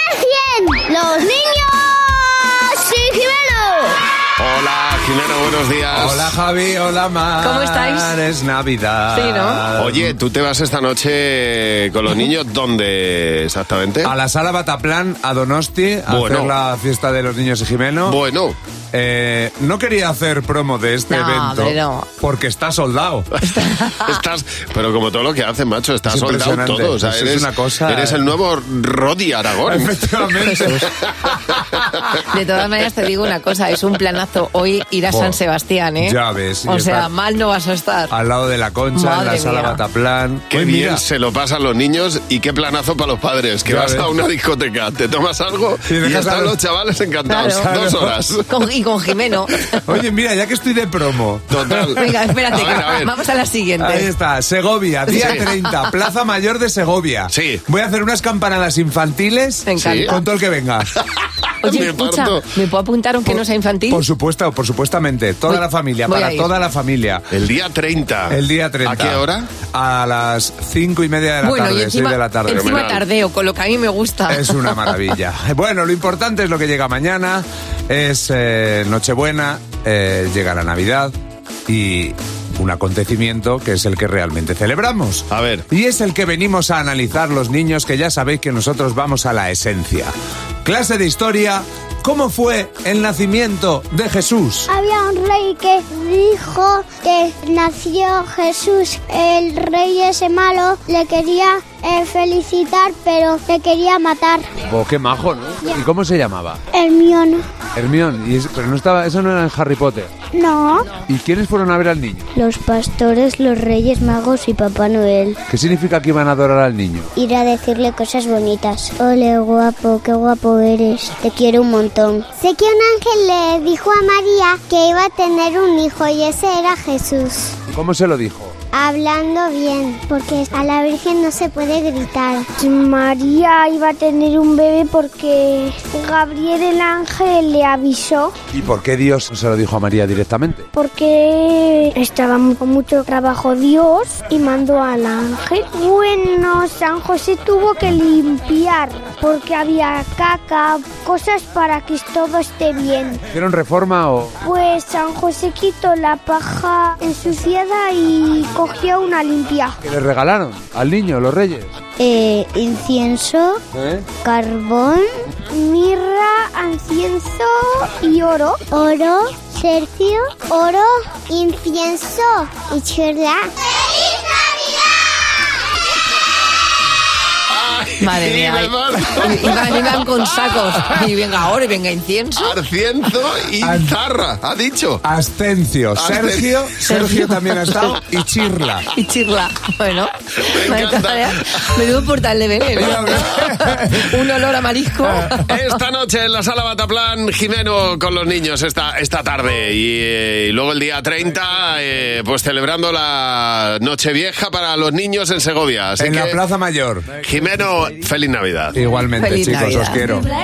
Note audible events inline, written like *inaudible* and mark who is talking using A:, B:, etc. A: ¡Cadena 100! ¡Los niños! ¡Sí,
B: Hola, Jimeno, buenos días.
C: Hola Javi, hola Mar.
D: ¿Cómo estáis?
C: Es Navidad.
D: Sí, ¿no?
B: Oye, ¿tú te vas esta noche con los niños dónde exactamente?
C: A la sala Bataplan, a Donosti, a
B: Bueno.
C: hacer la fiesta de los niños y Jimeno.
B: Bueno,
C: Eh, no quería hacer promo de este
D: No,
C: evento
D: hombre, no.
C: porque está soldado.
B: estás, pero como todo lo que hacen, macho, estás
C: Es
B: soldado
C: impresionante.
B: todo. O sea,
C: Eso es
B: eres,
C: una cosa-
B: eres el nuevo Rodi Aragón. *laughs*
C: Efectivamente.
D: De todas maneras te digo una cosa, es un planazo hoy ir a
C: Joder,
D: San Sebastián, ¿eh?
C: ya ves, y
D: O sea,
C: estar- Ah.
D: mal no vas a estar.
C: Al lado de la concha, en la
D: Madre
C: sala
D: mía.
C: Bataplan.
B: Qué
C: Uy,
B: bien
C: Pues mira,
B: se lo pasan los niños y qué planazo para los padres. Que
C: Ya
B: vas
C: ves.
B: a una discoteca, te tomas algo
C: Y
B: y,
C: dejas a
B: están
C: los-
B: los chavales encantados.
D: Claro.
B: Dos horas.
D: Con- y con
C: *laughs*
D: Jimeno.
C: Oye, mira, ya que estoy de promo.
B: Total.
D: Venga, espérate,
B: A ver,
D: que
B: a ver.
D: vamos a la
C: Ahí
D: siguiente.
C: está, Segovia, día
B: Sí.
C: 30, Plaza Mayor de Segovia.
B: Sí.
C: Voy a hacer unas campanadas infantiles
D: Me encanta.
B: Sí.
C: con todo el que venga.
D: Oye,
B: Me
D: escucha,
B: parto.
D: ¿me puedo apuntar aunque no sea infantil?
C: Por supuesto, por supuestamente. Toda
D: Voy-
C: la familia,
D: voy a
C: para
D: ir.
C: toda la familia.
B: El día 30.
C: El día 30.
B: ¿A qué hora?
C: A las 5 y media de la
D: bueno, y
C: tarde, 6
D: encima,
C: de la tarde.
D: encima
B: Fenomenal.
D: tardeo, con lo que a mí me gusta. *laughs*
C: Es una maravilla. Bueno, lo importante es lo que llega mañana. Es eh, Nochebuena, eh, llega la Navidad y un acontecimiento que es el que realmente celebramos.
B: A ver.
C: Y es el que venimos a analizar los niños, que ya sabéis que nosotros vamos a la esencia. Clase de historia. ¿Cómo fue el nacimiento de Jesús?
A: Había un rey que dijo que nació Jesús. El rey ese malo le quería eh, felicitar, pero le quería matar.
C: qué majo, ¿no?
A: ¿Y
C: cómo se llamaba?
A: El mío no.
C: Hermión. pero no estaba, eso no era en Harry Potter.
A: No.
C: ¿Y quiénes fueron a ver al niño?
E: Los pastores, los reyes magos y Papá Noel.
C: ¿Qué significa que iban a adorar al niño?
E: Ir a decirle cosas bonitas. Ole, guapo, qué guapo eres. Te quiero un montón.
A: Sé que un ángel le dijo a María que iba a tener un hijo y ese era Jesús.
C: ¿Cómo se lo dijo?
A: Hablando bien, porque a la Virgen no se puede gritar. María iba a tener un bebé porque Gabriel el ángel le avisó
C: ¿Y por qué Dios se lo dijo a María directamente?
A: porque estaba con mucho trabajo Dios y mandó al ángel. Bueno, San José tuvo que limpiar porque había caca, cosas para que todo esté bien.
C: ¿Hicieron reforma o...?
A: Pues San José quitó la paja ensuciada y cogió una limpia.
C: ¿Que le regalaron al niño, los reyes?
E: Eh, incienso,
C: ¿Eh?
E: carbón,
A: Mirra, incienso y oro.
E: oro, cercio, oro.
A: Incienso y churla.
D: Madre
B: Sí,
D: mía.
B: me
D: y-
B: mato.
D: *laughs* y van- y van con sacos. Y venga ahora, y venga incienso.
B: Arcienzo y
C: Ar-
B: Zarra, ha dicho.
C: Ascencio,
B: Ascencio.
C: Sergio, Sergio también ha estado, y Chirla.
D: Y chirla. Bueno,
B: Me
D: de todas
B: encanta.
D: maneras, menudo portal de Belén. ¿no? *laughs* Un olor a marisco.
C: Ah.
B: Esta noche en la sala Bataplan, Jimeno con los niños esta, esta tarde. Y, eh, y luego el día 30, eh, pues celebrando la noche vieja para los niños en Segovia. Así
C: En
B: que,
C: la Plaza Mayor.
B: Jimeno, feliz Navidad.
C: Igualmente,
D: Feliz
C: chicos, os
D: Navidad.
C: quiero.